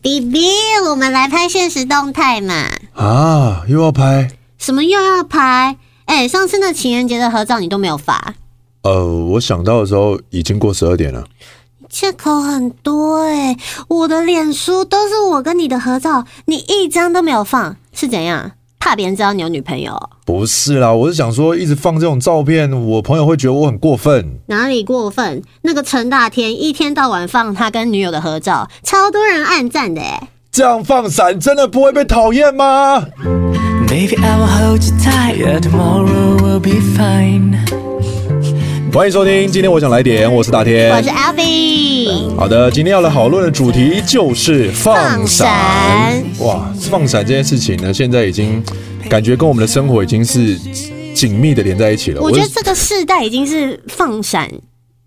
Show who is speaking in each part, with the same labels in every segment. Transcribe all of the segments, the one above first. Speaker 1: 比比，我们来拍现实动态嘛？
Speaker 2: 啊，又要拍？
Speaker 1: 什么又要拍？哎、上次那情人节的合照你都没有发，
Speaker 2: 呃，我想到的时候已经过十二点了。
Speaker 1: 借口很多哎、我的脸书都是我跟你的合照，你一张都没有放，是怎样？怕别人知道你有女朋友？
Speaker 2: 不是啦，我是想说，一直放这种照片，我朋友会觉得我很过分。
Speaker 1: 哪里过分？那个陈大天一天到晚放他跟女友的合照，超多人暗赞的哎、
Speaker 2: 这样放闪真的不会被讨厌吗？
Speaker 3: Baby, I will hold you tight. Yeah, tomorrow will be fine.
Speaker 2: 欢迎收听，今天我想来点，我是大天，
Speaker 1: 我是 a l v i
Speaker 2: 好的，今天要来讨论的主题就是放闪
Speaker 1: 放。
Speaker 2: 哇，放闪这件事情呢，现在已经感觉跟我们的生活已经是紧密的连在一起了。
Speaker 1: 我觉得
Speaker 2: 是
Speaker 1: 这个世代已经是放闪、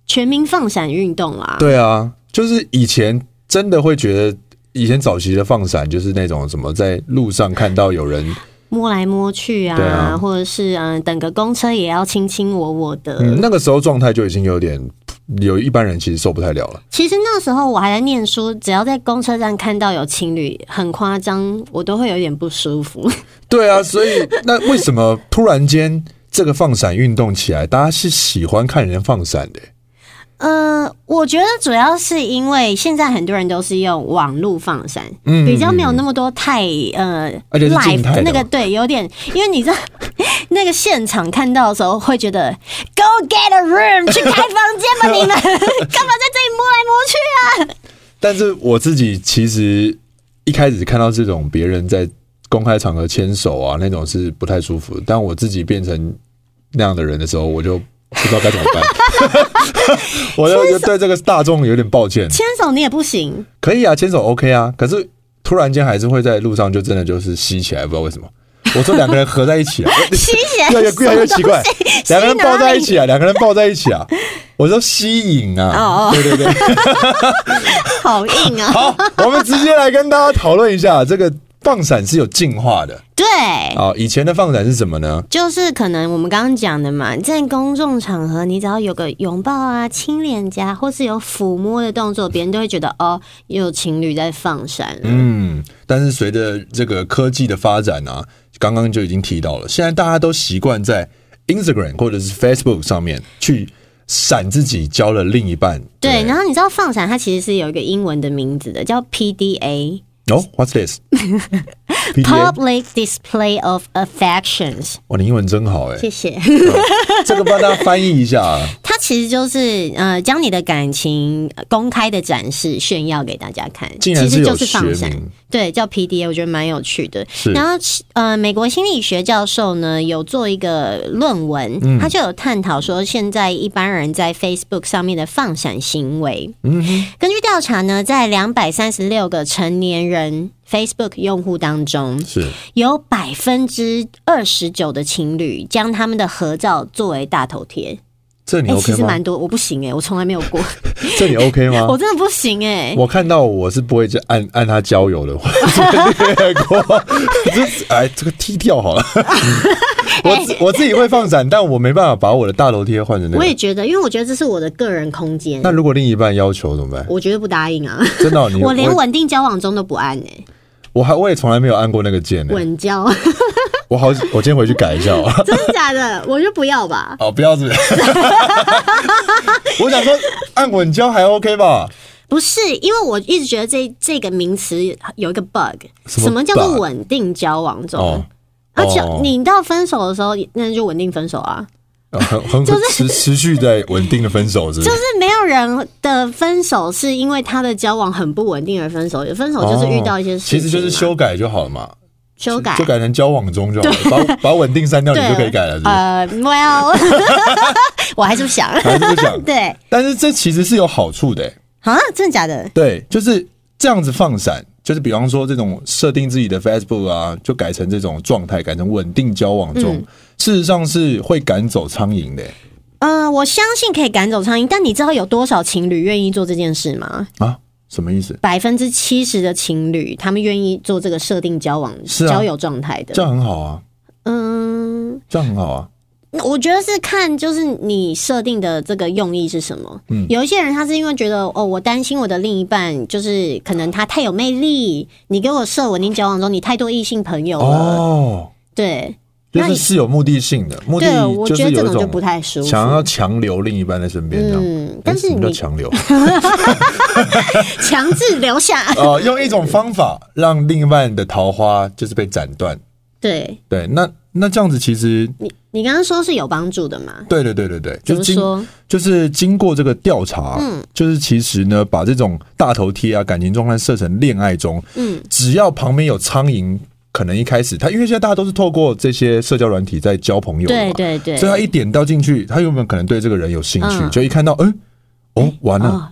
Speaker 1: 全民放闪运动啦。
Speaker 2: 对啊，就是以前真的会觉得，以前早期的放闪就是那种什么在路上看到有人，
Speaker 1: 摸来摸去啊，
Speaker 2: 对啊
Speaker 1: 或者是嗯、呃等个公车也要卿卿我我的。
Speaker 2: 嗯，那个时候状态就已经有点，有一般人其实受不太了了。
Speaker 1: 其实那时候我还在念书，只要在公车站看到有情侣很夸张，我都会有点不舒服。
Speaker 2: 对啊，所以那为什么突然间这个放闪运动起来，大家是喜欢看人放闪的欸、
Speaker 1: 呃，我觉得主要是因为现在很多人都是用网络放闪，比较没有那么多太呃
Speaker 2: 嗯而且是静态的
Speaker 1: live 那个
Speaker 2: 嘛
Speaker 1: 对，有点 因为你知道那个现场看到的时候会觉得 go get a room 去开房间吧，你们 干嘛在这里摸来摸去啊？
Speaker 2: 但是我自己其实一开始看到这种别人在公开场合牵手啊那种是不太舒服的，但我自己变成那样的人的时候，我就不知道该怎么 办。我就就对这个大众有点抱歉。
Speaker 1: 牵手你也不行，
Speaker 2: 可以啊，牵手 OK 啊，可是突然间还是会在路上就真的就是吸起来，不知道为什么。我说两个人合在一起 啊，
Speaker 1: 吸起来
Speaker 2: 越来越
Speaker 1: 什么
Speaker 2: 越来越奇 怪
Speaker 1: 东西，
Speaker 2: 两个人抱在一起啊，两个人抱在一起啊，我说吸引
Speaker 1: 哦
Speaker 2: 啊，
Speaker 1: 哦
Speaker 2: 对对对。
Speaker 1: 好硬啊！
Speaker 2: 好，我们直接来跟大家讨论一下，这个放闪是有进化的
Speaker 1: 对，
Speaker 2: 啊、以前的放闪是什么呢？
Speaker 1: 就是可能我们刚刚讲的嘛，在公众场合，你只要有个拥抱啊、亲脸颊，或是有抚摸的动作，别人都会觉得哦，有情侣在放闪了。
Speaker 2: 嗯，但是随着这个科技的发展啊，刚刚就已经提到了，现在大家都习惯在 Instagram 或者是 Facebook 上面去闪自己交了另一半。
Speaker 1: 对，
Speaker 2: 不
Speaker 1: 然后你知道放闪它其实是有一个英文的名字的，叫 PDA。
Speaker 2: 哦、w h a t s this？PDA，
Speaker 1: Public Display of Affections，
Speaker 2: 哇，你英文真 好哎、
Speaker 1: 谢谢。
Speaker 2: 这个帮大家翻译一下、啊。
Speaker 1: 它其实就是呃，将你的感情呃公开的展示、炫耀给大家看，
Speaker 2: 竟然
Speaker 1: 其
Speaker 2: 是
Speaker 1: 实
Speaker 2: 有
Speaker 1: 就是放闪
Speaker 2: 学名，
Speaker 1: 对，叫 PDA，我觉得蛮有趣的。
Speaker 2: 是
Speaker 1: 然后呃，美国心理学教授呢有做一个论文，
Speaker 2: 嗯
Speaker 1: 他就有探讨说，现在一般人在 Facebook 上面的放闪行为。
Speaker 2: 嗯
Speaker 1: 根据调查呢，在两百三十六个成年人 Facebook 用户当中，
Speaker 2: 是
Speaker 1: 有百分之二十九的情侣将他们的合照作为大头贴。
Speaker 2: 这你
Speaker 1: 哎、其
Speaker 2: OK
Speaker 1: 实
Speaker 2: 吗？
Speaker 1: 蛮多，我不行哎、我从来没有 过，
Speaker 2: 这你 OK 吗？
Speaker 1: 我真的不行哎、
Speaker 2: 我看到我是不会就按按他交友的，我 略过。这哎，这个踢掉 好了。我
Speaker 1: 哎
Speaker 2: 自我自己会放闪，但我没办法把我的大头贴换成那
Speaker 1: 我也
Speaker 2: 个。
Speaker 1: 觉得，因为我觉得这是我的个人空间
Speaker 2: 那，如果另一半要求怎么办？
Speaker 1: 我绝对不答应啊！
Speaker 2: 真的哦、 你
Speaker 1: 我连稳定交往中都不按哎、
Speaker 2: 我还我也从来没有按过那个键、欸。
Speaker 1: 稳交，
Speaker 2: 我好，我今天回去改一下哦。
Speaker 1: 真的假的？我就不要吧。
Speaker 2: 哦，不要这样。 我想说，按稳交还 OK 吧？
Speaker 1: 不是，因为我一直觉得这这个名词有一个 bug，
Speaker 2: 什么
Speaker 1: 什么叫做
Speaker 2: bug？
Speaker 1: 稳定交往中？
Speaker 2: 哦，
Speaker 1: 而且
Speaker 2: 哦
Speaker 1: 你到分手的时候，那就稳定分手啊。
Speaker 2: 呃很很持持续在稳定的分手是不是
Speaker 1: 就是没有人的分手是因为他的交往很不稳定而分手，分手就是遇到一些
Speaker 2: 哦
Speaker 1: 事情
Speaker 2: 其
Speaker 1: 嘛、
Speaker 2: 实就是修改就好了嘛。
Speaker 1: 修改啊
Speaker 2: 就改成交往中就好了，把把稳定删掉，你
Speaker 1: 对
Speaker 2: 就可以改了，是不是？
Speaker 1: 呃，Well，我还是不想。？
Speaker 2: 还是不想
Speaker 1: 对
Speaker 2: 但是这其实是有好处的、欸
Speaker 1: 啊，真的假的？
Speaker 2: 对，就是这样子放闪，就是比方说这种设定自己的 Facebook 啊，就改成这种状态，改成稳定交往中，
Speaker 1: 嗯
Speaker 2: 事实上是会赶走苍蝇的、欸
Speaker 1: 呃，我相信可以赶走苍蝇，但你知道有多少情侣愿意做这件事吗？
Speaker 2: 啊，什么意思？
Speaker 1: 百分之七十的情侣，他们愿意做这个设定交往、
Speaker 2: 是啊
Speaker 1: 交友状态
Speaker 2: 这
Speaker 1: 的。
Speaker 2: 样很好啊，
Speaker 1: 嗯，
Speaker 2: 这样很好啊。
Speaker 1: 我觉得是看就是你设定的这个用意是什么。嗯，有一些人他是因为觉得哦，我担心我的另一半就是可能他太有魅力，你给我设稳定交往中你太多异性朋友了，
Speaker 2: 哦，
Speaker 1: 对，
Speaker 2: 就
Speaker 1: 那
Speaker 2: 是
Speaker 1: 你
Speaker 2: 是有目的性的，目的
Speaker 1: 对，我
Speaker 2: 就
Speaker 1: 觉得
Speaker 2: 是
Speaker 1: 这
Speaker 2: 有
Speaker 1: 种
Speaker 2: 一
Speaker 1: 就不太舒服。
Speaker 2: 想要强留另一半在身边这样。
Speaker 1: 嗯
Speaker 2: 诶
Speaker 1: 但是
Speaker 2: 什么叫
Speaker 1: 你
Speaker 2: 强留？
Speaker 1: 强制留下，
Speaker 2: 呃，用一种方法让另一半的桃花就是被斩断。
Speaker 1: 对
Speaker 2: 对，那那这样子其实，
Speaker 1: 你你刚刚说是有帮助的嘛？
Speaker 2: 对对对对对，
Speaker 1: 怎
Speaker 2: 就
Speaker 1: 么
Speaker 2: 是经
Speaker 1: 说？
Speaker 2: 就是经过这个调查，嗯，就是其实呢，把这种大头贴啊、感情状态设成恋爱中，
Speaker 1: 嗯，
Speaker 2: 只要旁边有苍蝇，可能一开始他因为现在大家都是透过这些社交软体在交朋友嘛，
Speaker 1: 对对对，
Speaker 2: 所以他一点到进去，他有没有可能对这个人有兴趣？
Speaker 1: 嗯
Speaker 2: 就一看到，嗯，哦，完了，
Speaker 1: 哦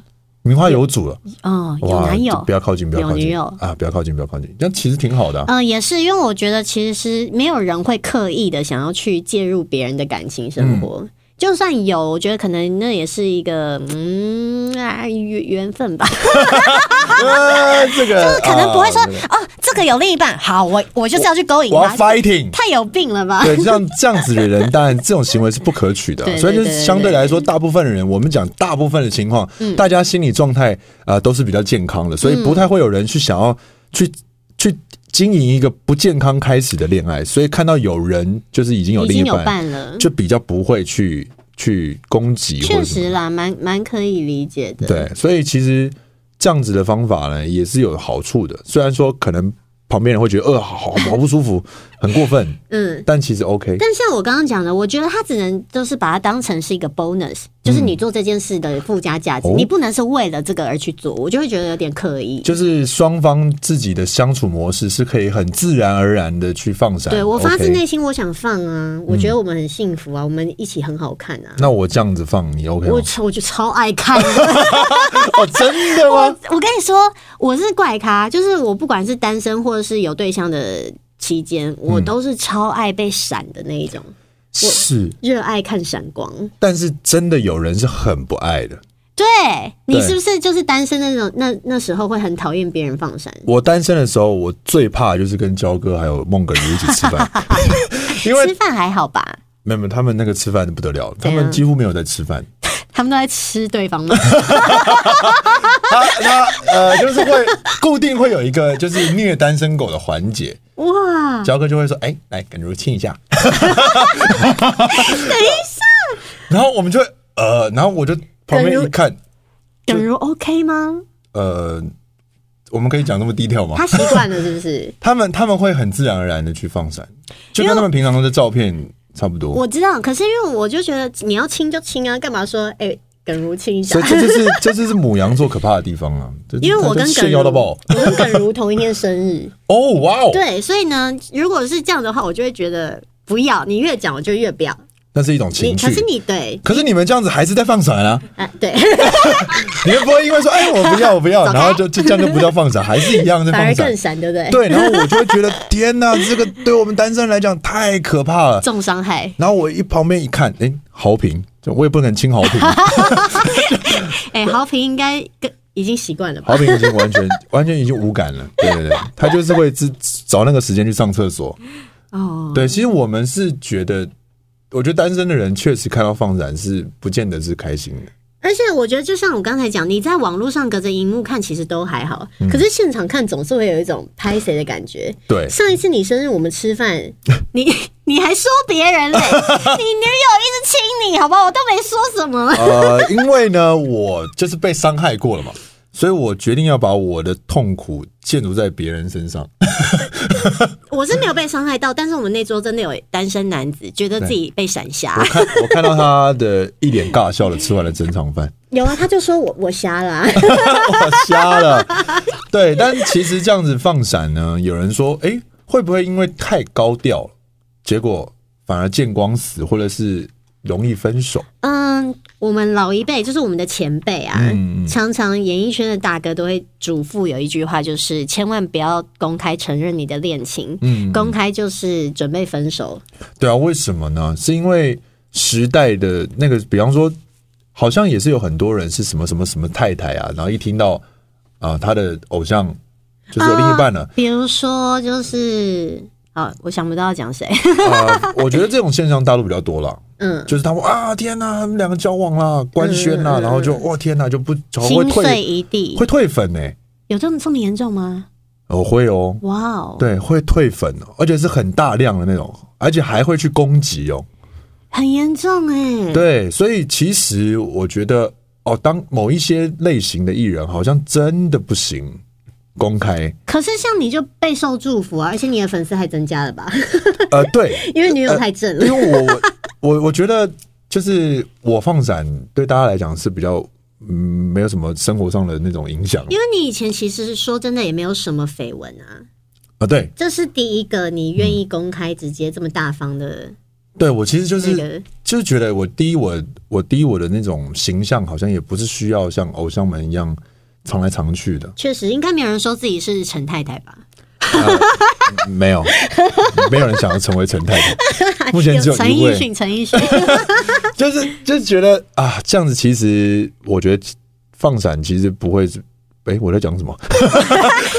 Speaker 2: 名花有主了，
Speaker 1: 哦，有
Speaker 2: 哇，
Speaker 1: 男
Speaker 2: 就
Speaker 1: 友
Speaker 2: 不，要靠近，不要靠
Speaker 1: 有女
Speaker 2: 近
Speaker 1: 友
Speaker 2: 啊，不要靠近，不要靠近，这样其实挺好的啊、
Speaker 1: 呃，也是因为我觉得其实没有人会刻意的想要去介入别人的感情
Speaker 2: 嗯
Speaker 1: 生活。就算有，我觉得可能那也是一个嗯啊缘缘分吧，
Speaker 2: 啊这个
Speaker 1: 就是 可能不会说
Speaker 2: 啊这个
Speaker 1: 哦，这个有另一半，好，我我就是要去勾引
Speaker 2: 我要
Speaker 1: 他，
Speaker 2: fighting。
Speaker 1: 太有病了吧？
Speaker 2: 对，像这样子的人，当然这种行为是不可取的啊、
Speaker 1: 对对
Speaker 2: 所以就是
Speaker 1: 对嗯对
Speaker 2: 相对来说，大部分人，我们讲大部分的情况，大家心理状态啊都是比较健康的，所以不太会有人去想要去去经营一个不健康开始的恋爱。所以看到有人就是已经有
Speaker 1: 已
Speaker 2: 另
Speaker 1: 经
Speaker 2: 一
Speaker 1: 有
Speaker 2: 半，
Speaker 1: 伴了，
Speaker 2: 就比较不会去去攻击或
Speaker 1: 确
Speaker 2: 者什么。
Speaker 1: 实啦，蛮蛮可以理解的。
Speaker 2: 对，所以其实这样子的方法呢，也是有好处的。虽然说可能旁边人会觉得，呃，好好不舒服， 很过分，
Speaker 1: 嗯，
Speaker 2: 但其实 OK。
Speaker 1: 但像我刚刚讲的，我觉得他只能就是把它当成是一个 bonus，就是你做这件事的附加价值，
Speaker 2: 嗯哦
Speaker 1: 你不能是为了这个而去做，我就会觉得有点刻意。
Speaker 2: 就是双方自己的相处模式是可以很自然而然的去放闪。
Speaker 1: 对我发自
Speaker 2: 啊 OK 嗯
Speaker 1: 内心，我想放啊，我觉得我们很幸福啊，我们一起很好看啊。
Speaker 2: 那我这样子放你 OK 吗
Speaker 1: 我？超我就超爱看 的，
Speaker 2: 哦，真的
Speaker 1: 我
Speaker 2: 吗？
Speaker 1: 我跟你说，我是怪咖，就是我不管是单身或者是有对象的期间，我
Speaker 2: 嗯
Speaker 1: 都是超爱被闪的那一种，
Speaker 2: 是，
Speaker 1: 热爱看闪光。
Speaker 2: 但是真的有人是很不爱的。
Speaker 1: 对你
Speaker 2: 对
Speaker 1: 是不是就是单身那种那那时候会很讨厌别人放闪？
Speaker 2: 我单身的时候，我最怕就是跟焦哥还有孟耿如一起吃饭， 因
Speaker 1: 吃
Speaker 2: 为
Speaker 1: 饭哎还好吧？
Speaker 2: 没有没有他们那个吃饭不得了，他
Speaker 1: 怎样
Speaker 2: 们几乎没有在吃饭。
Speaker 1: 他们都在吃对方 吗？
Speaker 2: 他他呃，就是会固定会有一个就是虐单身狗的环节，
Speaker 1: 哇，
Speaker 2: 焦哥就会说：“哎、来，耿如亲一下。”等一下，然后我们就会呃，然后我就旁边一看，
Speaker 1: 耿如 OK 吗？
Speaker 2: 呃，我们可以讲这么低调吗？
Speaker 1: 他？习惯了是不是
Speaker 2: 他们他们会很自然而然的去放闪，就跟他们平常的照片差不多。
Speaker 1: 我知道，可是因为我就觉得你要亲就亲啊，干嘛说哎、耿如亲一下
Speaker 2: 所以？这就是这就是母羊座可怕的地方啊！这
Speaker 1: 因为我跟
Speaker 2: 这
Speaker 1: 耿
Speaker 2: 炫
Speaker 1: 如，
Speaker 2: 耀到爆
Speaker 1: 我跟耿如同一天生日，
Speaker 2: 哦，哇哦，
Speaker 1: 对，所以呢，如果是这样的话，我就会觉得不要，你越讲我就越不要。
Speaker 2: 那是一种
Speaker 1: 你
Speaker 2: 情
Speaker 1: 可
Speaker 2: 趣。
Speaker 1: 是你对，
Speaker 2: 可是你们这样子还是在放闪啊！
Speaker 1: 啊对，
Speaker 2: 你们不会因为说哎我不要我 不要，然后就就这样就不叫放闪，还是一样在
Speaker 1: 反而
Speaker 2: 放
Speaker 1: 更
Speaker 2: 闪。
Speaker 1: 闪，对不对？，
Speaker 2: 对，然后我就会觉得天哪， 这个对我们单身来讲太可 怕了。
Speaker 1: 重伤害。
Speaker 2: 然后我一旁边一看，哎、好评，就我也不能清好 评，
Speaker 1: 哎、豪平应该跟已经习惯了吧？
Speaker 2: 好评已经完全完全已经无感了。对 对对，他就是会自找那个时间去上厕所。
Speaker 1: 哦，
Speaker 2: 对，其实我们是觉得，我觉得单身的人确实看到放闪是不见得是开心的。
Speaker 1: 而且我觉得，就像我刚才讲，你在网络上隔着荧幕看，其实都还好，可是现场看总是会有一种拍谁的感觉。
Speaker 2: 对，
Speaker 1: 上一次你生日我们吃饭，你 你还说别人嘞，你女友一直亲你，好吧，我都没说什么。
Speaker 2: 呃，因为呢，我就是被伤害过了嘛，所以我决定要把我的痛苦建筑在别人身上。
Speaker 1: 我是没有被伤害到，但是我们那桌真的有单身男子觉得自己被闪瞎
Speaker 2: 我，看我看到他的一脸尬笑的吃完了整场饭，
Speaker 1: 有啊，他就说我我瞎啦、
Speaker 2: 我瞎了。对，但其实这样子放闪呢，有人说，哎、会不会因为太高调了，结果反而见光死，或者是容易分手？
Speaker 1: 嗯，我们老一辈就是我们的前辈啊，
Speaker 2: 嗯
Speaker 1: 常常演艺圈的大哥都会嘱咐有一句话，就是千万不要公开承认你的恋情，
Speaker 2: 嗯
Speaker 1: 公开就是准备分手。
Speaker 2: 对啊，为什么呢？是因为时代的那个，比方说，好像也是有很多人是什么什么什么太太啊，然后一听到啊、他的偶像就是有另一半 了，
Speaker 1: 比如说，就是哦，我想不到要讲谁，
Speaker 2: 呃啊、我觉得这种现象大陆比较多了。
Speaker 1: 嗯，
Speaker 2: 就是他们啊，天哪，他们两个交往啦，官宣啦，然后就哇，天哪，就不哦会
Speaker 1: 心碎
Speaker 2: 退，
Speaker 1: 一地
Speaker 2: 会，退粉呢、
Speaker 1: 有这么这么严重吗？
Speaker 2: 哦，会哦，
Speaker 1: 哇哦，
Speaker 2: 对，会退粉，哦而且是很大量的那种，而且还会去攻击哦。
Speaker 1: 很严重哎、
Speaker 2: 对，所以其实我觉得，哦，当某一些类型的艺人好像真的不行公 开，
Speaker 1: 可是像你就备受祝福啊，而且你的粉丝还增加了吧？
Speaker 2: 呃，对，
Speaker 1: 因为女友太正了。
Speaker 2: 因为我我我觉得就是我放闪对大家来讲是比较嗯没有什么生活上的那种影响
Speaker 1: 因为你以前其实说真的也没有什么绯闻啊，
Speaker 2: 啊，对
Speaker 1: 这是第一个你愿意公开直接这么大方的
Speaker 2: 对，我其实嗯就
Speaker 1: 那
Speaker 2: 是、
Speaker 1: 个，
Speaker 2: 就是觉得我第一我我第一我的那种形象好像也不是需要像偶像们一样藏来藏去的，
Speaker 1: 确实应该没有人说自己是陈太太吧？
Speaker 2: 没有没有人想要成为陈太太，目前只有
Speaker 1: 陈
Speaker 2: 一
Speaker 1: 奕
Speaker 2: 位，
Speaker 1: 迅，陈奕 迅，
Speaker 2: 就是就是觉得啊这样子其实我觉得放闪其实不会是，诶，我在讲 什么？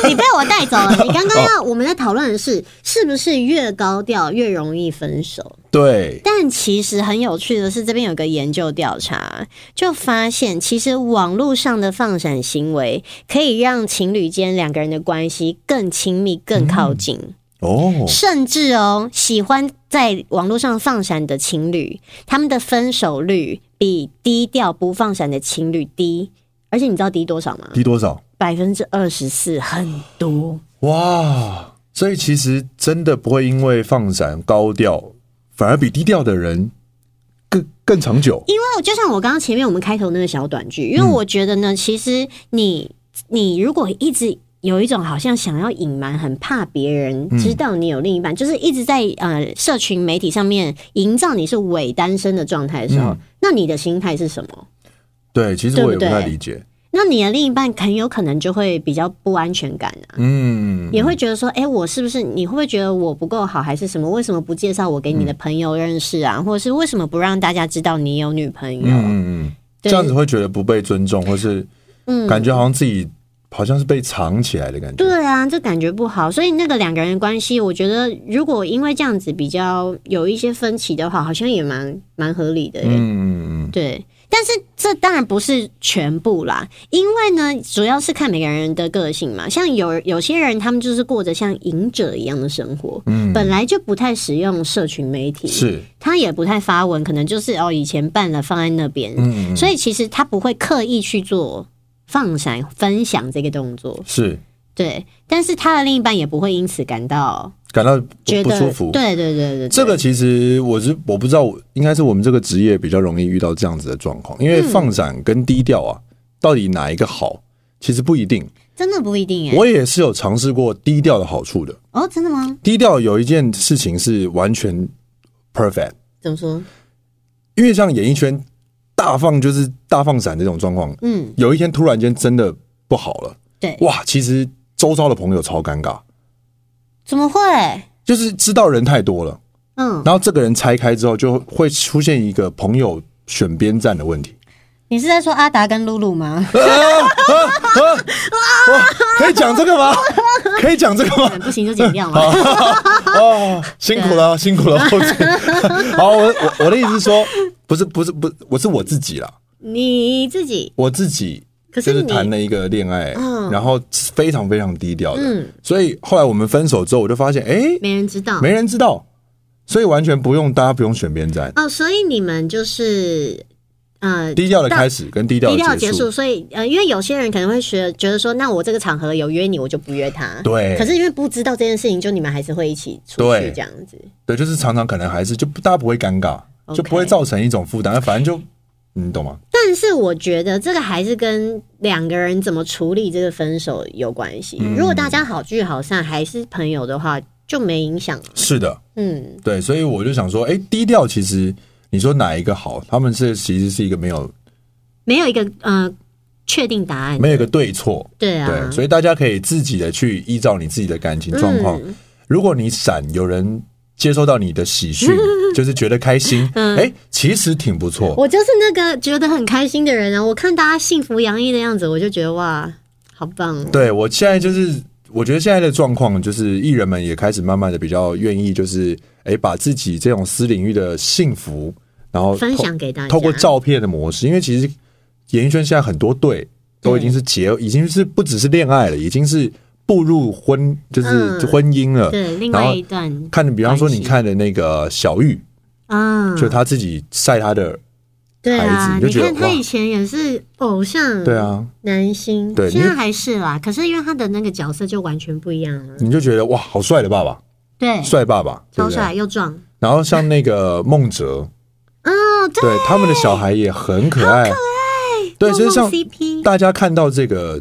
Speaker 1: 你被我带走了。 你刚刚要我们在讨论的是，是不是越高调越容易分手？
Speaker 2: 对，
Speaker 1: 但其实很有趣的是，这边有个研究调查，就发现其实网络上的放闪行为可以让情侣间两个人的关系更亲密、更靠
Speaker 2: 嗯
Speaker 1: 近，
Speaker 2: 哦，
Speaker 1: 甚至哦，喜欢在网络上放闪的情侣，他们的分手率比低调不放闪的情侣低。而且你知道低多少吗？
Speaker 2: 低多少？
Speaker 1: 百分之二十四，很多。
Speaker 2: 哇！所以其实真的不会因为放闪高调，反而比低调的人更更长久。
Speaker 1: 因为就像我刚刚前面我们开头那个小短剧，因为我觉得呢，其实你你如果一直有一种好像想要隐瞒，很怕别人知道你有另一半，就是一直在呃社群媒体上面营造你是伪单身的状态的时候，
Speaker 2: 嗯
Speaker 1: 那你的心态是什么？
Speaker 2: 对，其实我也不
Speaker 1: 对不
Speaker 2: 太
Speaker 1: 对
Speaker 2: 理解。
Speaker 1: 那你的另一半很有可能就会比较不安全感啊，
Speaker 2: 嗯，
Speaker 1: 也会觉得说，哎、我是不是？你会不会觉得我不够好，还是什么？为什么不介绍我给你的
Speaker 2: 嗯
Speaker 1: 朋友认识啊？或者是为什么不让大家知道你有女朋友？
Speaker 2: 嗯嗯嗯，这
Speaker 1: 对嗯
Speaker 2: 样子会觉得不被尊重，或是感觉好像自己好像是被藏起来的感觉。
Speaker 1: 对啊，这感觉不好，所以那个两个人的关系，我觉得如果因为这样子比较有一些分歧的话，好像也蛮蛮合理的耶。
Speaker 2: 嗯嗯嗯，
Speaker 1: 对，但是这当然不是全部啦，因为呢，主要是看每个人的个性嘛。像有有些人，他们就是过着像隐者一样的生活，
Speaker 2: 嗯
Speaker 1: 本来就不太使用社群媒体，
Speaker 2: 是
Speaker 1: 他也不太发文，可能就是哦以前办了放在那边，
Speaker 2: 嗯嗯
Speaker 1: 所以其实他不会刻意去做放闪分享这个动作。
Speaker 2: 是，
Speaker 1: 对，但是他的另一半也不会因此感到
Speaker 2: 感到不
Speaker 1: 觉
Speaker 2: 不
Speaker 1: 得
Speaker 2: 舒服。
Speaker 1: 对对对对，对
Speaker 2: 这个其实我是我不知道，应该是我们这个职业比较容易遇到这样子的状况，因为
Speaker 1: 嗯
Speaker 2: 放闪跟低调啊，到底哪一个好，其实不一定。
Speaker 1: 真的不一定哎。
Speaker 2: 我也是有尝试过低调的好处的。
Speaker 1: 哦，真的吗？
Speaker 2: 低调有一件事情是完全 perfect，
Speaker 1: 怎么说？
Speaker 2: 因为像演艺圈大放就是大放闪这种状况，
Speaker 1: 嗯，
Speaker 2: 有一天突然间真的不好了，
Speaker 1: 对，
Speaker 2: 哇，其实周遭的朋友超尴尬，
Speaker 1: 怎么会？
Speaker 2: 就是知道人太多了，
Speaker 1: 嗯，
Speaker 2: 然后这个人拆开之后就会出现一个朋友选边站的问题。
Speaker 1: 你是在说阿达跟露露 吗？
Speaker 2: 可以讲这 个吗？可以讲这个吗？
Speaker 1: 不行就剪掉嘛。
Speaker 2: 哦，辛苦了，辛苦了，后置。 好，我我我的意思是说，不是不是不是，我是我自己啦，
Speaker 1: 你自己
Speaker 2: 我自己
Speaker 1: 可
Speaker 2: 就是是
Speaker 1: 你
Speaker 2: 谈了一个恋爱，然后非常非常低调的，
Speaker 1: 嗯
Speaker 2: 所以后来我们分手之后，我就发现，哎、
Speaker 1: 没人知道
Speaker 2: 没人知道，所以完全不用大家不用选边站，
Speaker 1: 哦，所以你们就是呃
Speaker 2: 低调的开始跟低调
Speaker 1: 低调
Speaker 2: 的
Speaker 1: 地结
Speaker 2: 束
Speaker 1: 束，，所以呃，因为有些人可能会觉觉得说，那我这个场合有约你，我就不约他。
Speaker 2: 对
Speaker 1: 可是因为不知道这件事情，就你们还是会一起出去
Speaker 2: 对
Speaker 1: 这样子。
Speaker 2: 对，就是常常可能还是就不大家不会尴尬，
Speaker 1: OK
Speaker 2: 就不会造成一种负担，反正就你懂吗？
Speaker 1: 但是我觉得这个还是跟两个人怎么处理这个分手有关系。
Speaker 2: 嗯
Speaker 1: 如果大家好聚好散，还是朋友的话，就没影响。
Speaker 2: 是的，
Speaker 1: 嗯，
Speaker 2: 对，所以我就想说，哎、低调其实你说哪一个好？他们是其实是一个没有
Speaker 1: 没有一个呃确定答案。
Speaker 2: 没有一个对错，
Speaker 1: 对啊，
Speaker 2: 对，所以大家可以自己的去依照你自己的感情状况。如果你闪，有人接收到你的喜讯，就是觉得开心，哎、其实挺不错。
Speaker 1: 我就是那个觉得很开心的人啊！我看大家幸福洋溢的样子，我就觉得哇，好棒哦！
Speaker 2: 对我现在就是，我觉得现在的状况就是，艺人们也开始慢慢的比较愿意，就是哎、诶把自己这种私领域的幸福，然后
Speaker 1: 分
Speaker 2: 透
Speaker 1: 享给大家
Speaker 2: 透过照片的模式，因为其实演艺圈现在很多对都已经是结，
Speaker 1: 嗯
Speaker 2: 已经是不只是恋爱了，已经是步入婚就是
Speaker 1: 嗯
Speaker 2: 就婚姻了。
Speaker 1: 对，另
Speaker 2: 呃然
Speaker 1: 外
Speaker 2: 后
Speaker 1: 一段
Speaker 2: 看的，比方说
Speaker 1: 关系
Speaker 2: 你看的那个小玉，
Speaker 1: 啊，
Speaker 2: 就他自己晒他的，
Speaker 1: 对啊
Speaker 2: 孩，子
Speaker 1: 你
Speaker 2: 你就觉得
Speaker 1: 看他
Speaker 2: 哇
Speaker 1: 以前也是偶像，
Speaker 2: 对啊，
Speaker 1: 男星，
Speaker 2: 对
Speaker 1: 现
Speaker 2: 你
Speaker 1: 在
Speaker 2: 就
Speaker 1: 还是啦。可是因为他的那个角色就完全不一样了，
Speaker 2: 你就觉得哇，好帅的爸爸，
Speaker 1: 对，
Speaker 2: 帅爸爸，对
Speaker 1: 超
Speaker 2: 不
Speaker 1: 帅
Speaker 2: 对？
Speaker 1: 又壮，
Speaker 2: 然后像那个孟哲，
Speaker 1: 哦，对，
Speaker 2: 对他们的小孩也很可爱，对，
Speaker 1: 又
Speaker 2: 其实
Speaker 1: 梦
Speaker 2: 像
Speaker 1: CP
Speaker 2: 大家看到这个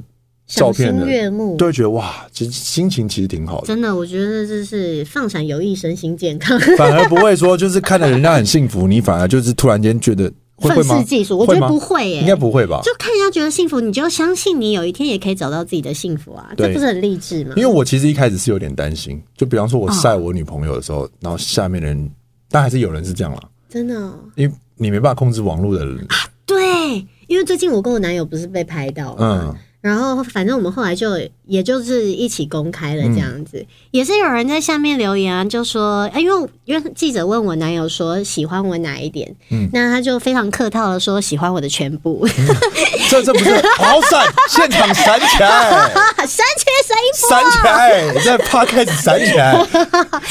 Speaker 1: 赏
Speaker 2: 照片
Speaker 1: 心
Speaker 2: 的，
Speaker 1: 悦目
Speaker 2: 都。会觉得哇，其实心情其实挺好的，
Speaker 1: 真的，我觉得这是放闪有益身心健康，
Speaker 2: 反而不会说就是看着人家很幸福，你反而就是突然间觉得会会
Speaker 1: 愤
Speaker 2: 吗
Speaker 1: 世？嫉俗。我觉得
Speaker 2: 会吗
Speaker 1: 不会耶、
Speaker 2: 应该不会吧？
Speaker 1: 就看人家觉得幸福，你就相信你有一天也可以找到自己的幸福啊，
Speaker 2: 对
Speaker 1: 这不是很励志吗
Speaker 2: 因？为我其实一开始是有点担心，就比方说我
Speaker 1: 啊
Speaker 2: 晒我女朋友的时候，然后下面的人，但还是有人是这样啦，
Speaker 1: 真的哦、
Speaker 2: 因为你没办法控制网络的人，
Speaker 1: 对，因为最近我跟我男友不是被拍到嘛，
Speaker 2: 嗯
Speaker 1: 然后反正我们后来就也就是一起公开了这样
Speaker 2: 嗯
Speaker 1: 子，也是有人在下面留言啊，就说，哎，因为因为记者问我男友说喜欢我哪一点，
Speaker 2: 嗯
Speaker 1: 那他就非常客套的说喜欢我的全部，
Speaker 2: 这这不是好闪，现场闪起来，
Speaker 1: 三缺三一
Speaker 2: 闪起 来，哎在趴开始闪起来，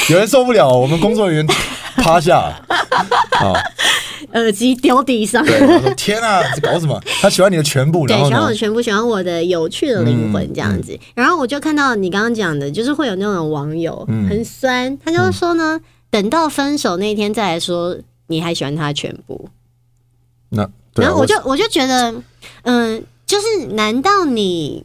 Speaker 2: 有人受不了，我们工作人员趴下，
Speaker 1: 耳机丢地上。
Speaker 2: 对，我说天啊，这搞什么？他喜欢你的全部，
Speaker 1: 对
Speaker 2: 然，后
Speaker 1: 喜欢我
Speaker 2: 呢嗯
Speaker 1: 的？全部，喜欢我的有趣的灵魂这样子。然后我就看到你刚刚讲的，就是会有那种网友、
Speaker 2: 嗯
Speaker 1: 很酸，他就说呢，等到分手那天再来说你还喜欢他全部。
Speaker 2: 那对啊
Speaker 1: 然后我就我就觉得，嗯、就是难道你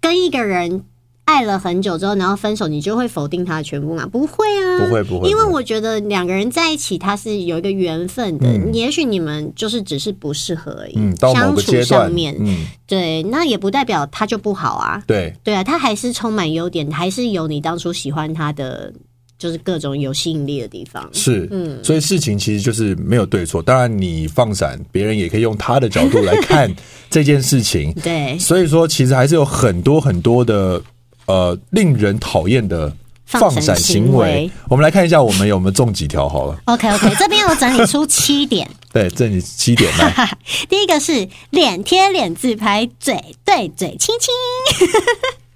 Speaker 1: 跟一个人爱了很久之后，然后分手，你就会否定他的全部吗？不会啊，
Speaker 2: 不会不会
Speaker 1: 因为
Speaker 2: 不会
Speaker 1: 我觉得两个人在一起，他是有一个缘分的，
Speaker 2: 嗯
Speaker 1: 也许你们就是只是不适合而已，
Speaker 2: 嗯，到某
Speaker 1: 相
Speaker 2: 个
Speaker 1: 处
Speaker 2: 阶
Speaker 1: 上
Speaker 2: 段，
Speaker 1: 面，
Speaker 2: 嗯，
Speaker 1: 对，那也不代表他就不好啊。
Speaker 2: 对，
Speaker 1: 对啊，他还是充满优点，还是有你当初喜欢他的，就是各种有吸引力的地方。
Speaker 2: 是，
Speaker 1: 嗯
Speaker 2: 所以事情其实就是没有对错。当然，你放闪，别人也可以用他的角度来看这件事情。
Speaker 1: 对，
Speaker 2: 所以说，其实还是有很多很多的呃令人讨厌的
Speaker 1: 放
Speaker 2: 放
Speaker 1: 闪
Speaker 2: 闪行
Speaker 1: 行
Speaker 2: 为
Speaker 1: 为。
Speaker 2: 我们来看一下，我们有没有中几条好了？
Speaker 1: OK OK，这边我整理出七点。
Speaker 2: 对，这里七点 来，
Speaker 1: 第一个是脸贴脸自拍，嘴对嘴亲亲，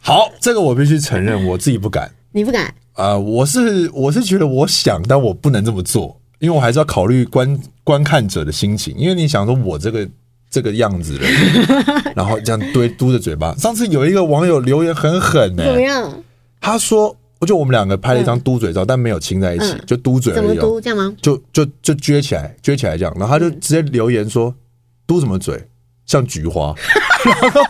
Speaker 2: 好，这个我必须承认，我自己不敢。
Speaker 1: 你不敢？
Speaker 2: 呃，我是我是觉得我想，但我不能这么做，因为我还是要考虑观观看者的心情。因为你想说，我这个这个样子的人， 然后这样堆嘟着嘴巴。上次有一个网友留言很狠呢、
Speaker 1: 怎么样？
Speaker 2: 他说，就我们两个拍了一张嘟嘴照，但没有亲在一起，
Speaker 1: 嗯
Speaker 2: 就嘟嘴
Speaker 1: 怎
Speaker 2: 而
Speaker 1: 么
Speaker 2: 已、哦，
Speaker 1: 读？这样吗？
Speaker 2: 就就就撅起来，撅起来这样，然后他
Speaker 1: 嗯
Speaker 2: 就直接留言说，嘟什么嘴，像菊花。 然后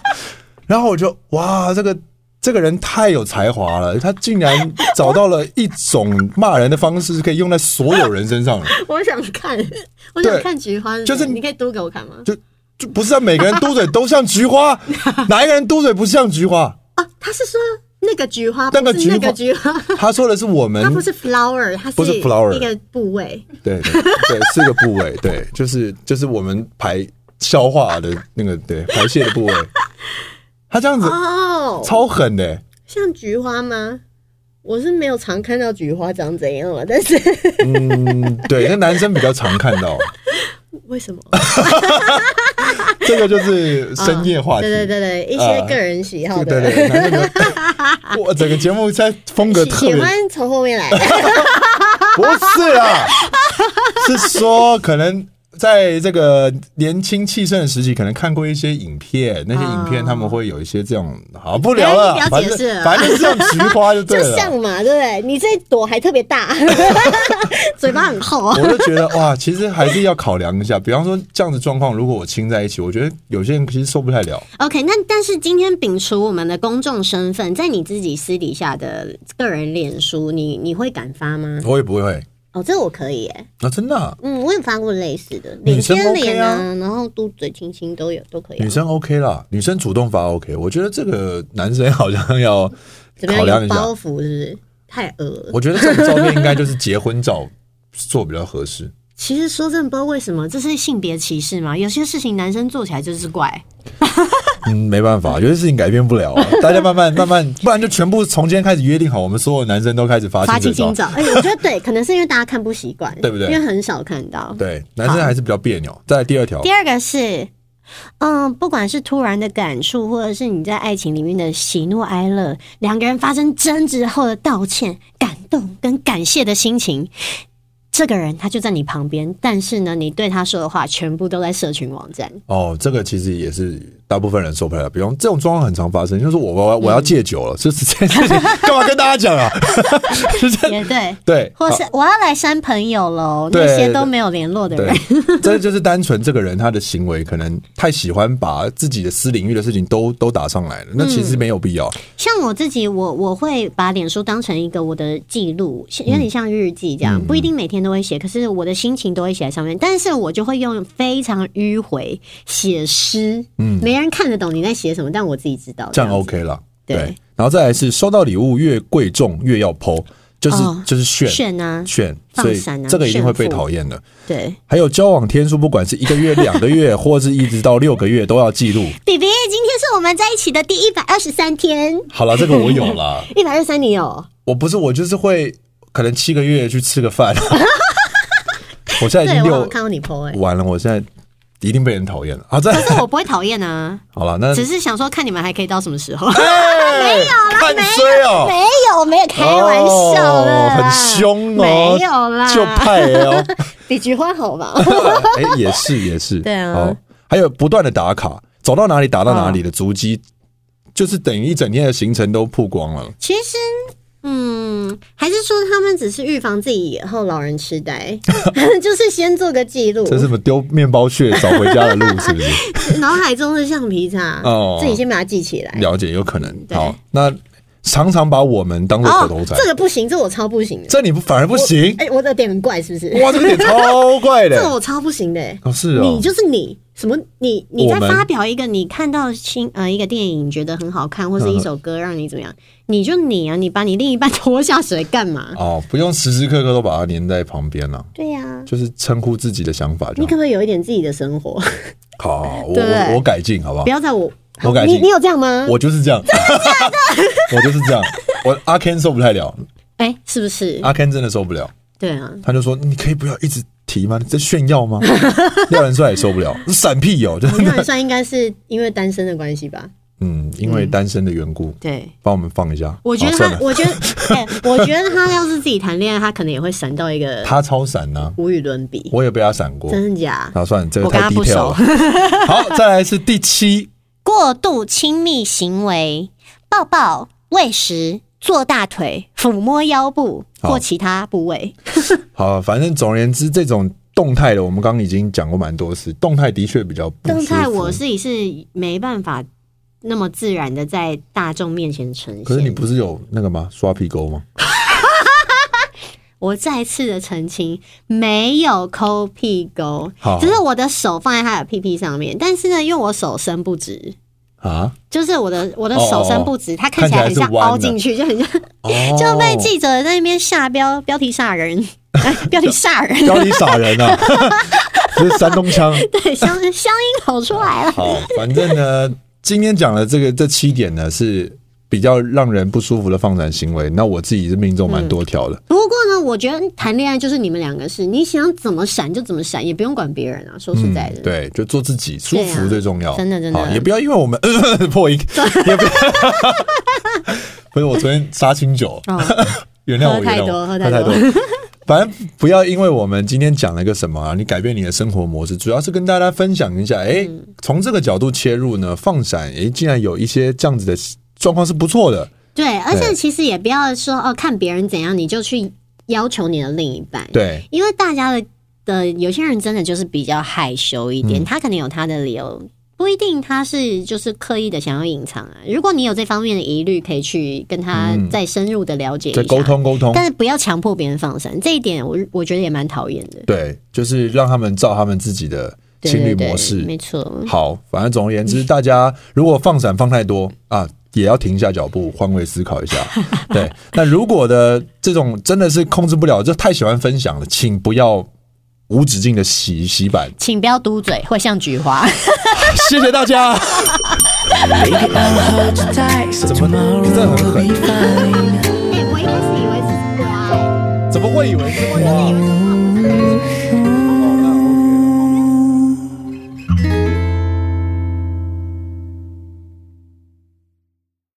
Speaker 2: 然后我就哇，这个这个人太有才华了，他竟然找到了一种骂人的方式，是可以用在所有人身上的。
Speaker 1: 我想看，我想
Speaker 2: 对
Speaker 1: 看菊花是怎
Speaker 2: 就
Speaker 1: 样，
Speaker 2: 是
Speaker 1: 你可以读给我看吗？
Speaker 2: 就就不是啊，每个人嘟嘴都像菊花，哪一个人嘟嘴不像菊花？
Speaker 1: 啊，他是说那个菊花，
Speaker 2: 那个
Speaker 1: 不是那
Speaker 2: 菊
Speaker 1: 个
Speaker 2: 花
Speaker 1: 菊花，
Speaker 2: 他说的是我们
Speaker 1: 它不是 flower，它
Speaker 2: 不是 flower
Speaker 1: 一个部位。
Speaker 2: 对对对，是个部位，对，就是就是我们排消化的那个对排泄的部位。他这样子
Speaker 1: 哦，
Speaker 2: 超狠的、
Speaker 1: 像菊花吗？我是没有常看到菊花长怎样了，啊但是
Speaker 2: 嗯，对，那男生比较常看到，
Speaker 1: 为什么？
Speaker 2: 这个就是深夜话 题。
Speaker 1: 对对对对，一些
Speaker 2: 呃
Speaker 1: 个人喜好
Speaker 2: 这个
Speaker 1: 的
Speaker 2: 对对对，男生比较 我整个节目在风格
Speaker 1: 喜
Speaker 2: 特
Speaker 1: 喜
Speaker 2: 别，
Speaker 1: 欢从后 面来，
Speaker 2: 不是啊，是说可能在这个年轻气盛的时期，可能看过一些影片，那些影片他们会有一些这种，好不聊
Speaker 1: 哎，你
Speaker 2: 了
Speaker 1: 不要
Speaker 2: 反
Speaker 1: 解释
Speaker 2: 正
Speaker 1: 了
Speaker 2: 反正就是这种菊花就对
Speaker 1: 就
Speaker 2: 了。
Speaker 1: 像嘛，对不对？你这朵还特别 大，嘴巴很厚啊。
Speaker 2: 我就觉得哇，其实还是要考量一下。比方说这样子状况，如果我亲在一起，我觉得有些人其实受不太了。
Speaker 1: OK，那但是今天摒除我们的公众身份，在你自己私底下的个人脸书，你你会敢发吗？
Speaker 2: 我也不会
Speaker 1: 哦，这我可以耶、
Speaker 2: 啊，真的啊、
Speaker 1: 嗯，我也发过类似的，
Speaker 2: 女
Speaker 1: 脸
Speaker 2: 生
Speaker 1: 贴脸
Speaker 2: OK
Speaker 1: 啊，然后嘟嘴亲亲都有，都可以啊、
Speaker 2: 女生 OK 啦，女生主动发 OK。我觉得这个男生好像要
Speaker 1: 怎么样？
Speaker 2: 考量
Speaker 1: 有
Speaker 2: 一下
Speaker 1: 包。袱是不是？太恶了。
Speaker 2: 我觉得这种照片应该就是结婚照做比较合适。
Speaker 1: 其实说真的，不知道为什么，这是性别歧视嘛？有些事情男生做起来就是怪，
Speaker 2: 嗯，没办法，有些事情改变不 了、啊，大家慢慢慢慢，不然就全部从今天开始约定好，我们所有男生都开始发
Speaker 4: 发起
Speaker 2: 起
Speaker 4: 今
Speaker 2: 今
Speaker 4: 早，哎、我觉得对，可能是因为大家看不习惯，
Speaker 2: 哦 对不对
Speaker 4: 因为很少看到。
Speaker 2: 对，男生还是比较别扭。再来第二条
Speaker 4: 第，二个是，嗯，不管是突然的感触，或者是你在爱情里面的喜怒哀乐，两个人发生争执后的道歉、感动跟感谢的心情。这个人他就在你旁边，但是呢，你对他说的话全部都在社群网站。
Speaker 2: 哦，这个其实也是大部分人受不了，比方这种状况很常发生，就是我我
Speaker 4: 嗯
Speaker 2: 我要戒酒了，就是这件 事情干嘛跟大家讲啊？是这
Speaker 4: 也对，
Speaker 2: 对，
Speaker 4: 或
Speaker 2: 好
Speaker 4: 是我要来删朋友喽，
Speaker 2: 对
Speaker 4: 那些都没有联络的
Speaker 2: 对
Speaker 4: 人，，
Speaker 2: 这就是单纯这个人他的行为可能太喜欢把自己的私领域的事情都都打上来了，那其实没有必要。
Speaker 4: 像我自己，我我会把脸书当成一个我的记录，像有
Speaker 2: 嗯
Speaker 4: 点像日记这样，不一定每天都会写，可是我的心情都会写在上面。但是我就会用非常迂回写诗，嗯，没人看得懂你在写什么，但我自己知道。
Speaker 2: 这样
Speaker 4: 子
Speaker 2: OK 了。
Speaker 4: 对
Speaker 2: 然后再来是收到礼物越贵重越要剖，就是、
Speaker 4: 哦
Speaker 2: 就是炫
Speaker 4: 炫啊，
Speaker 2: 炫，
Speaker 4: 放
Speaker 2: 所以
Speaker 4: 闪啊
Speaker 2: 这个一定会被
Speaker 4: 炫富
Speaker 2: 讨厌的。
Speaker 4: 对
Speaker 2: 还有交往天数，不管是一个月、两个 月，或是一直到六个月，都要记录。
Speaker 4: ，B B，今天是我们在一起的第一百二十三天，
Speaker 2: 好了，这个我有了。
Speaker 4: 一百二十三哦你有？
Speaker 2: 我不是我就是会可能七个月去吃个 饭。我现在已
Speaker 4: 对
Speaker 2: 经
Speaker 4: 我好像
Speaker 2: 六
Speaker 4: 看到你 PO 哎、
Speaker 2: 完了，我现在一定被人讨厌了。好，再
Speaker 4: 可是我不会讨厌啊，
Speaker 2: 好了，那
Speaker 4: 只是想说看你们还可以到什么 时
Speaker 2: 哦
Speaker 4: 候。
Speaker 2: 没有了，看衰哦。
Speaker 4: 没有，我没有开玩笑的
Speaker 2: 哦
Speaker 4: 啦、
Speaker 2: 很凶哦，
Speaker 4: 没有啦，
Speaker 2: 就派 哦，
Speaker 4: 比菊花好吧？
Speaker 2: 哎、也是也是，
Speaker 4: 对啊
Speaker 2: 好，还有不断的打卡，走到哪里打到哪里的足迹，就是等于一整天的行程都曝光了。
Speaker 4: 其实，嗯，还是说他们只是预防自己以后老人痴呆， 就是先做个记录，
Speaker 2: 这是什么丢面包屑找回家的路，是不 是？
Speaker 4: 脑海中的橡皮擦，
Speaker 2: 哦
Speaker 4: 自己先把它记起来。
Speaker 2: 了解，有可能。
Speaker 4: 对
Speaker 2: 好，那常常把我们当做口头禅，
Speaker 4: 哦这个不行，这我超不行的。
Speaker 2: 这你不反而不行？
Speaker 4: 哎、我的点很怪，是不是？
Speaker 2: 哇，这个点超怪
Speaker 4: 这个
Speaker 2: 的。
Speaker 4: 我超不行的、
Speaker 2: 哦，是哦，
Speaker 4: 你就是你，什么你你在
Speaker 2: 我们
Speaker 4: 发表一个你看到新呃一个电影你觉得很好看，
Speaker 2: 嗯
Speaker 4: 或是一首歌让你怎么样，你就你啊，你把你另一半拖下水干嘛？
Speaker 2: 哦，不用时时刻刻都把它粘在旁边啊了、
Speaker 4: 对呀、
Speaker 2: 就是称呼自己的想法就
Speaker 4: 你可
Speaker 2: 好。
Speaker 4: 不可以有一点自己的生活？
Speaker 2: 好，我
Speaker 4: 对不对
Speaker 2: 我我改进，好不好
Speaker 4: 不？要在我，
Speaker 2: 哦我改进
Speaker 4: 你你有这样吗？
Speaker 2: 我就是这样， 我就是这样。我阿 Ken 受不太了，
Speaker 4: 哎、是不是？
Speaker 2: 阿 Ken 真的受不了，
Speaker 4: 对啊，
Speaker 2: 他就说：“你可以不要一直提吗？你在炫耀 吗？”廖仁帅也受不了，闪屁哦，真
Speaker 4: 你那
Speaker 2: 的。
Speaker 4: 也算应该是因为单身的关系吧？
Speaker 2: 嗯，因为单身的缘故，
Speaker 4: 对，
Speaker 2: 帮我们放一下。
Speaker 4: 我觉得
Speaker 2: 好算
Speaker 4: 他，
Speaker 2: 了
Speaker 4: 我觉得，哎、我觉得他要是自己谈恋爱，他可能也会闪到一个
Speaker 2: 他超闪呐、
Speaker 4: 无与伦比，
Speaker 2: 我也被他闪过。
Speaker 4: 真的假？
Speaker 2: 好，算了，这个
Speaker 4: 我跟
Speaker 2: 太
Speaker 4: 他不
Speaker 2: detail 了。 好，再来是第七，
Speaker 4: 过度亲密行为，抱抱、喂食、坐大腿、抚摸腰部
Speaker 2: 好
Speaker 4: 或其他部位，
Speaker 2: 好，反正总而言之，这种动态的，我们刚刚已经讲过蛮多次，动态的确比较不
Speaker 4: 动态
Speaker 2: 舒服
Speaker 4: 我自己是没办法那么自然的在大众面前呈现。
Speaker 2: 可是你不是有那个吗？刷屁沟吗？
Speaker 4: 我再次的澄清，没有抠屁股
Speaker 2: 好，
Speaker 4: 只是我的手放在他的屁屁上面。但是呢，因为我手伸不直，
Speaker 2: 啊，
Speaker 4: 就是我的我的
Speaker 2: 哦
Speaker 4: 手伸不直，他
Speaker 2: 看起
Speaker 4: 看起
Speaker 2: 来
Speaker 4: 来很
Speaker 2: 是
Speaker 4: 像
Speaker 2: 弯的
Speaker 4: 凹进去，就很像、
Speaker 2: 哦
Speaker 4: 就被记者在那边下标标题煞人，哎标题煞 人，
Speaker 2: 标题傻人啊，这是山东腔。
Speaker 4: 对，乡乡音跑出来了。
Speaker 2: 好，反正呢，今天讲的这个这七点呢是比较让人不舒服的放闪行为。那我自己是命中
Speaker 4: 嗯
Speaker 2: 蛮多条的。
Speaker 4: 不过呢，我觉得谈恋爱就是你们两个事，你想怎么闪就怎么闪，也不用管别人啊。说实在的，
Speaker 2: 嗯对，就做自己，舒
Speaker 4: 对
Speaker 2: 服
Speaker 4: 啊
Speaker 2: 最重要。
Speaker 4: 真的真的
Speaker 2: 好也不要因为我们 破 音，也不要。 不是我昨天杀青酒，
Speaker 4: 哦，
Speaker 2: 原谅我，
Speaker 4: 喝太
Speaker 2: 原谅我
Speaker 4: 多喝
Speaker 2: 太
Speaker 4: 太
Speaker 2: 多
Speaker 4: 多。
Speaker 2: 反正不要因为我们今天讲了一个什么啊，你改变你的生活模式，主要是跟大家分享一下，哎、
Speaker 4: 嗯
Speaker 2: 从这个角度切入呢，放闪，哎，竟然有一些这样子的状况是不错的，
Speaker 4: 对，而
Speaker 2: 对
Speaker 4: 且其实也不要说哦，看别人怎样你就去要求你的另一半，，
Speaker 2: 对，
Speaker 4: 因为大家的的有些人真的就是比较害羞一
Speaker 2: 嗯
Speaker 4: 点，他可能有他的理由。不一定他是就是刻意的想要隐藏啊，如果你有这方面的疑虑，可以去跟他再深入的了解一
Speaker 2: 嗯
Speaker 4: 下，
Speaker 2: 再沟，通沟通，
Speaker 4: 但是不要强迫别人放闪，这一点我我觉得也蛮讨厌的。
Speaker 2: 对，就是让他们照他们自己的
Speaker 4: 对
Speaker 2: 情侣
Speaker 4: 对对
Speaker 2: 模式。
Speaker 4: 没错。
Speaker 2: 好，反正总而言之，大家如果放闪放太多啊，也要停下脚步，换位思考一下。对，那如果的这种真的是控制不了，就太喜欢分享了，请不要无止境的洗洗版。
Speaker 1: 请不要嘟嘴，会像菊花。
Speaker 2: 谢谢大家。
Speaker 3: Baby, I will hold you tight, so
Speaker 2: 怎么
Speaker 3: tomorrow
Speaker 2: 这很
Speaker 3: will
Speaker 2: 狠
Speaker 3: be fine.
Speaker 1: 哎、我一开始以为是花、
Speaker 2: 怎么会以为是
Speaker 1: 我真的以为是花。